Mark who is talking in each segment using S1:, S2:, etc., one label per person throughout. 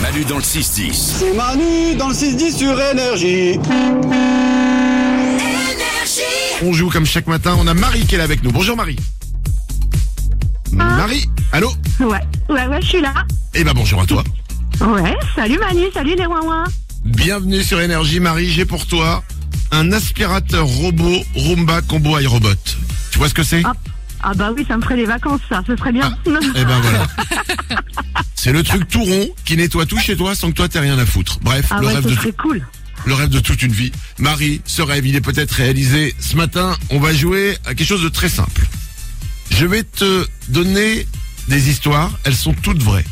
S1: Manu dans le 6-10.
S2: C'est Manu dans le 6-10 sur Énergie.
S3: On joue comme chaque matin. On a Marie qui est là avec nous. Bonjour Marie. Marie, allô
S4: Ouais, ouais, ouais, je suis là.
S3: Eh ben bonjour à toi.
S4: Ouais, salut Manu, salut les Wawa.
S3: Bienvenue sur Énergie Marie, j'ai pour toi un aspirateur robot Roomba Combo iRobot. Tu vois ce que c'est
S4: Ah, ah bah oui, ça me ferait les vacances, ça, ce serait bien.
S3: Eh ben voilà. C'est le truc tout rond qui nettoie tout chez toi sans que toi t'aies rien à foutre. Bref,
S4: Ah
S3: le,
S4: ouais,
S3: rêve
S4: ce
S3: de,
S4: serait cool.
S3: le rêve de toute une vie. Marie, ce rêve, il est peut-être réalisé. Ce matin, on va jouer à quelque chose de très simple. Je vais te donner des histoires, elles sont toutes vraies.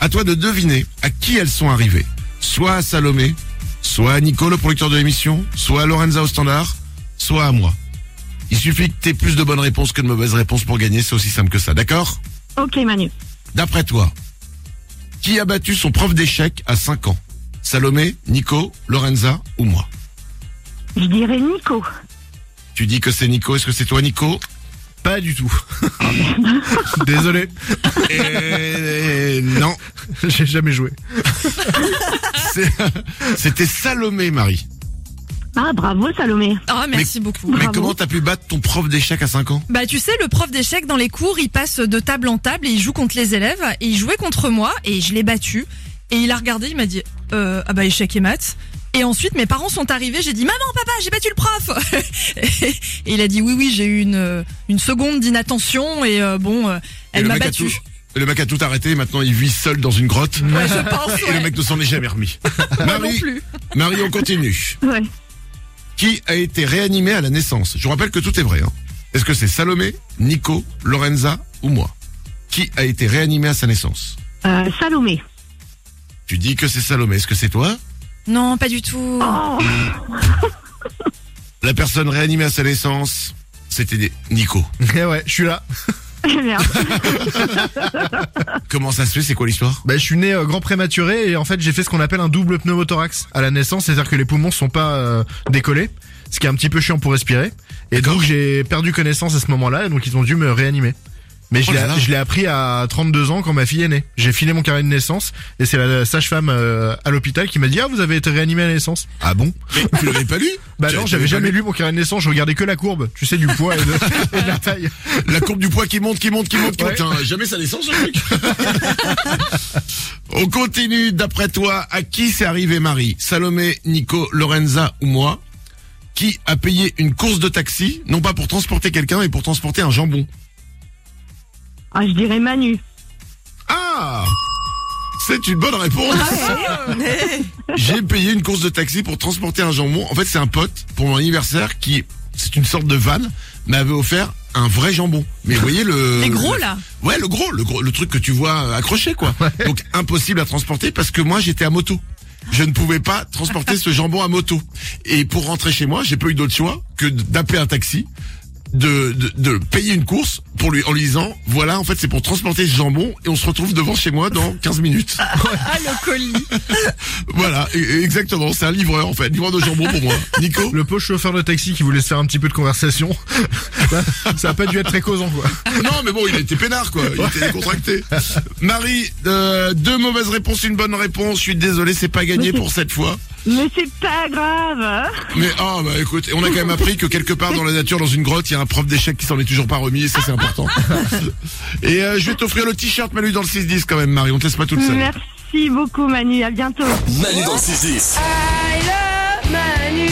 S3: À toi de deviner à qui elles sont arrivées. Soit à Salomé, soit à Nico, le producteur de l'émission, soit à Lorenza au standard, soit à moi. Il suffit que t'aies plus de bonnes réponses que de mauvaises réponses pour gagner, c'est aussi simple que ça, d'accord
S4: Ok Manu.
S3: D'après toi, qui a battu son prof d'échecs à 5 ans Salomé, Nico, Lorenza ou moi
S4: Je dirais Nico.
S3: Tu dis que c'est Nico, est-ce que c'est toi Nico Pas du tout. Désolé. non. J'ai jamais joué. C'était Salomé, Marie.
S4: Ah bravo Salomé.
S5: Ah, merci beaucoup.
S3: Mais
S4: Bravo.
S3: comment t'as pu battre ton prof d'échecs à 5 ans
S5: Bah tu sais, le prof d'échecs dans les cours, il passe de table en table et il joue contre les élèves. Et il jouait contre moi et je l'ai battu. Et il a regardé, il m'a dit euh, ah bah échec et maths. Et ensuite mes parents sont arrivés, j'ai dit maman papa j'ai battu le prof. et il a dit oui oui j'ai eu une euh, une seconde d'inattention et euh, bon euh,
S3: Et
S5: elle
S3: le
S5: m'a
S3: mec a
S5: battu.
S3: tout- Le mec a tout arrêté, maintenant il vit seul dans une grotte.
S5: Ouais, je pense.
S3: Et le
S5: ouais.
S3: mec ne s'en est jamais remis.
S5: Moi non
S3: Marie,
S5: plus.
S3: Marie, on continue.
S4: Ouais.
S3: qui a été réanimé à la naissance. Je vous rappelle que tout est vrai. hein. Est-ce que c'est Salomé, Nico, Lorenza ou moi Qui a été réanimé à sa naissance
S4: Euh, Salomé.
S3: Tu dis que c'est Salomé. Est-ce que c'est toi
S5: Non pas du tout.
S4: Oh,
S3: La personne réanimée à sa naissance, c'était des- Nico.
S6: Eh ouais, je suis là.
S4: merde.
S3: Comment ça se fait C'est quoi l'histoire
S6: Bah, je suis né euh, grand prématuré et en fait j'ai fait ce qu'on appelle un double pneumothorax à la naissance, c'est-à-dire que les poumons sont pas euh, décollés, ce qui est un petit peu chiant pour respirer. Et donc j'ai perdu connaissance à ce moment-là, et donc ils ont dû me réanimer. Mais je
S3: Oh là là.
S6: l'ai- je l'ai appris à 32 ans quand ma fille est née. J'ai filé mon carnet de naissance et c'est la sage-femme euh, à l'hôpital qui m'a dit ah vous avez été réanimé à la naissance.
S3: Ah bon Mais tu l'avais pas lu
S6: Bah
S3: Tu-
S6: non
S3: tu
S6: j'avais
S3: l'avais
S6: jamais
S3: pas
S6: lu mon carnet de naissance, je regardais que la courbe, tu sais du poids et de, et de la taille.
S3: La courbe du poids qui monte, qui monte, qui monte, qui
S6: Ouais.
S3: monte. Putain, jamais sa naissance ce truc. On continue. D'après toi, à qui c'est arrivé Marie Salomé, Nico, Lorenza ou moi Qui a payé une course de taxi, non pas pour transporter quelqu'un, mais pour transporter un jambon
S4: Ah, je dirais Manu.
S3: Ah C'est une bonne réponse.
S5: Ah,
S3: J'ai payé une course de taxi pour transporter un jambon. En fait, c'est un pote pour mon anniversaire qui, c'est une sorte de van, m'avait offert un vrai jambon. Mais vous voyez le...
S5: Les gros
S3: le-
S5: là.
S3: Ouais, le gros, le gros, le truc que tu vois euh, accroché, quoi. Donc impossible à transporter parce que moi j'étais à moto. Je ne pouvais pas transporter ce jambon à moto. Et pour rentrer chez moi, j'ai pas eu d'autre choix que d'appeler un taxi, de, de, de payer une course pour lui en lui disant voilà, en fait c'est pour transporter ce jambon et on se retrouve devant chez moi dans 15 minutes.
S5: Ah le colis.
S3: voilà, et- et exactement. C'est un livreur en fait, livreur de jambon pour moi. Nico.
S6: Le pauvre chauffeur de taxi qui voulait se faire un petit peu de conversation, ça a pas dû être très causant quoi.
S3: Ah Non, mais bon, il était peinard, quoi. Il était décontracté. Marie, euh, deux mauvaises réponses, une bonne réponse. Je suis désolé, c'est pas gagné pour cette fois.
S4: Mais c'est pas grave. hein.
S3: Mais ah bah écoute, on a quand même appris que quelque part dans la nature, dans une grotte, il y a un prof d'échec qui s'en est toujours pas remis. Et ça, c'est important. Et euh, je vais t'offrir le t-shirt Malu dans le 6-10 quand même, Marie. On te laisse pas toute seule.
S4: Merci beaucoup Manu, à bientôt.
S1: Manu dans le 6-10.
S7: I love Manu.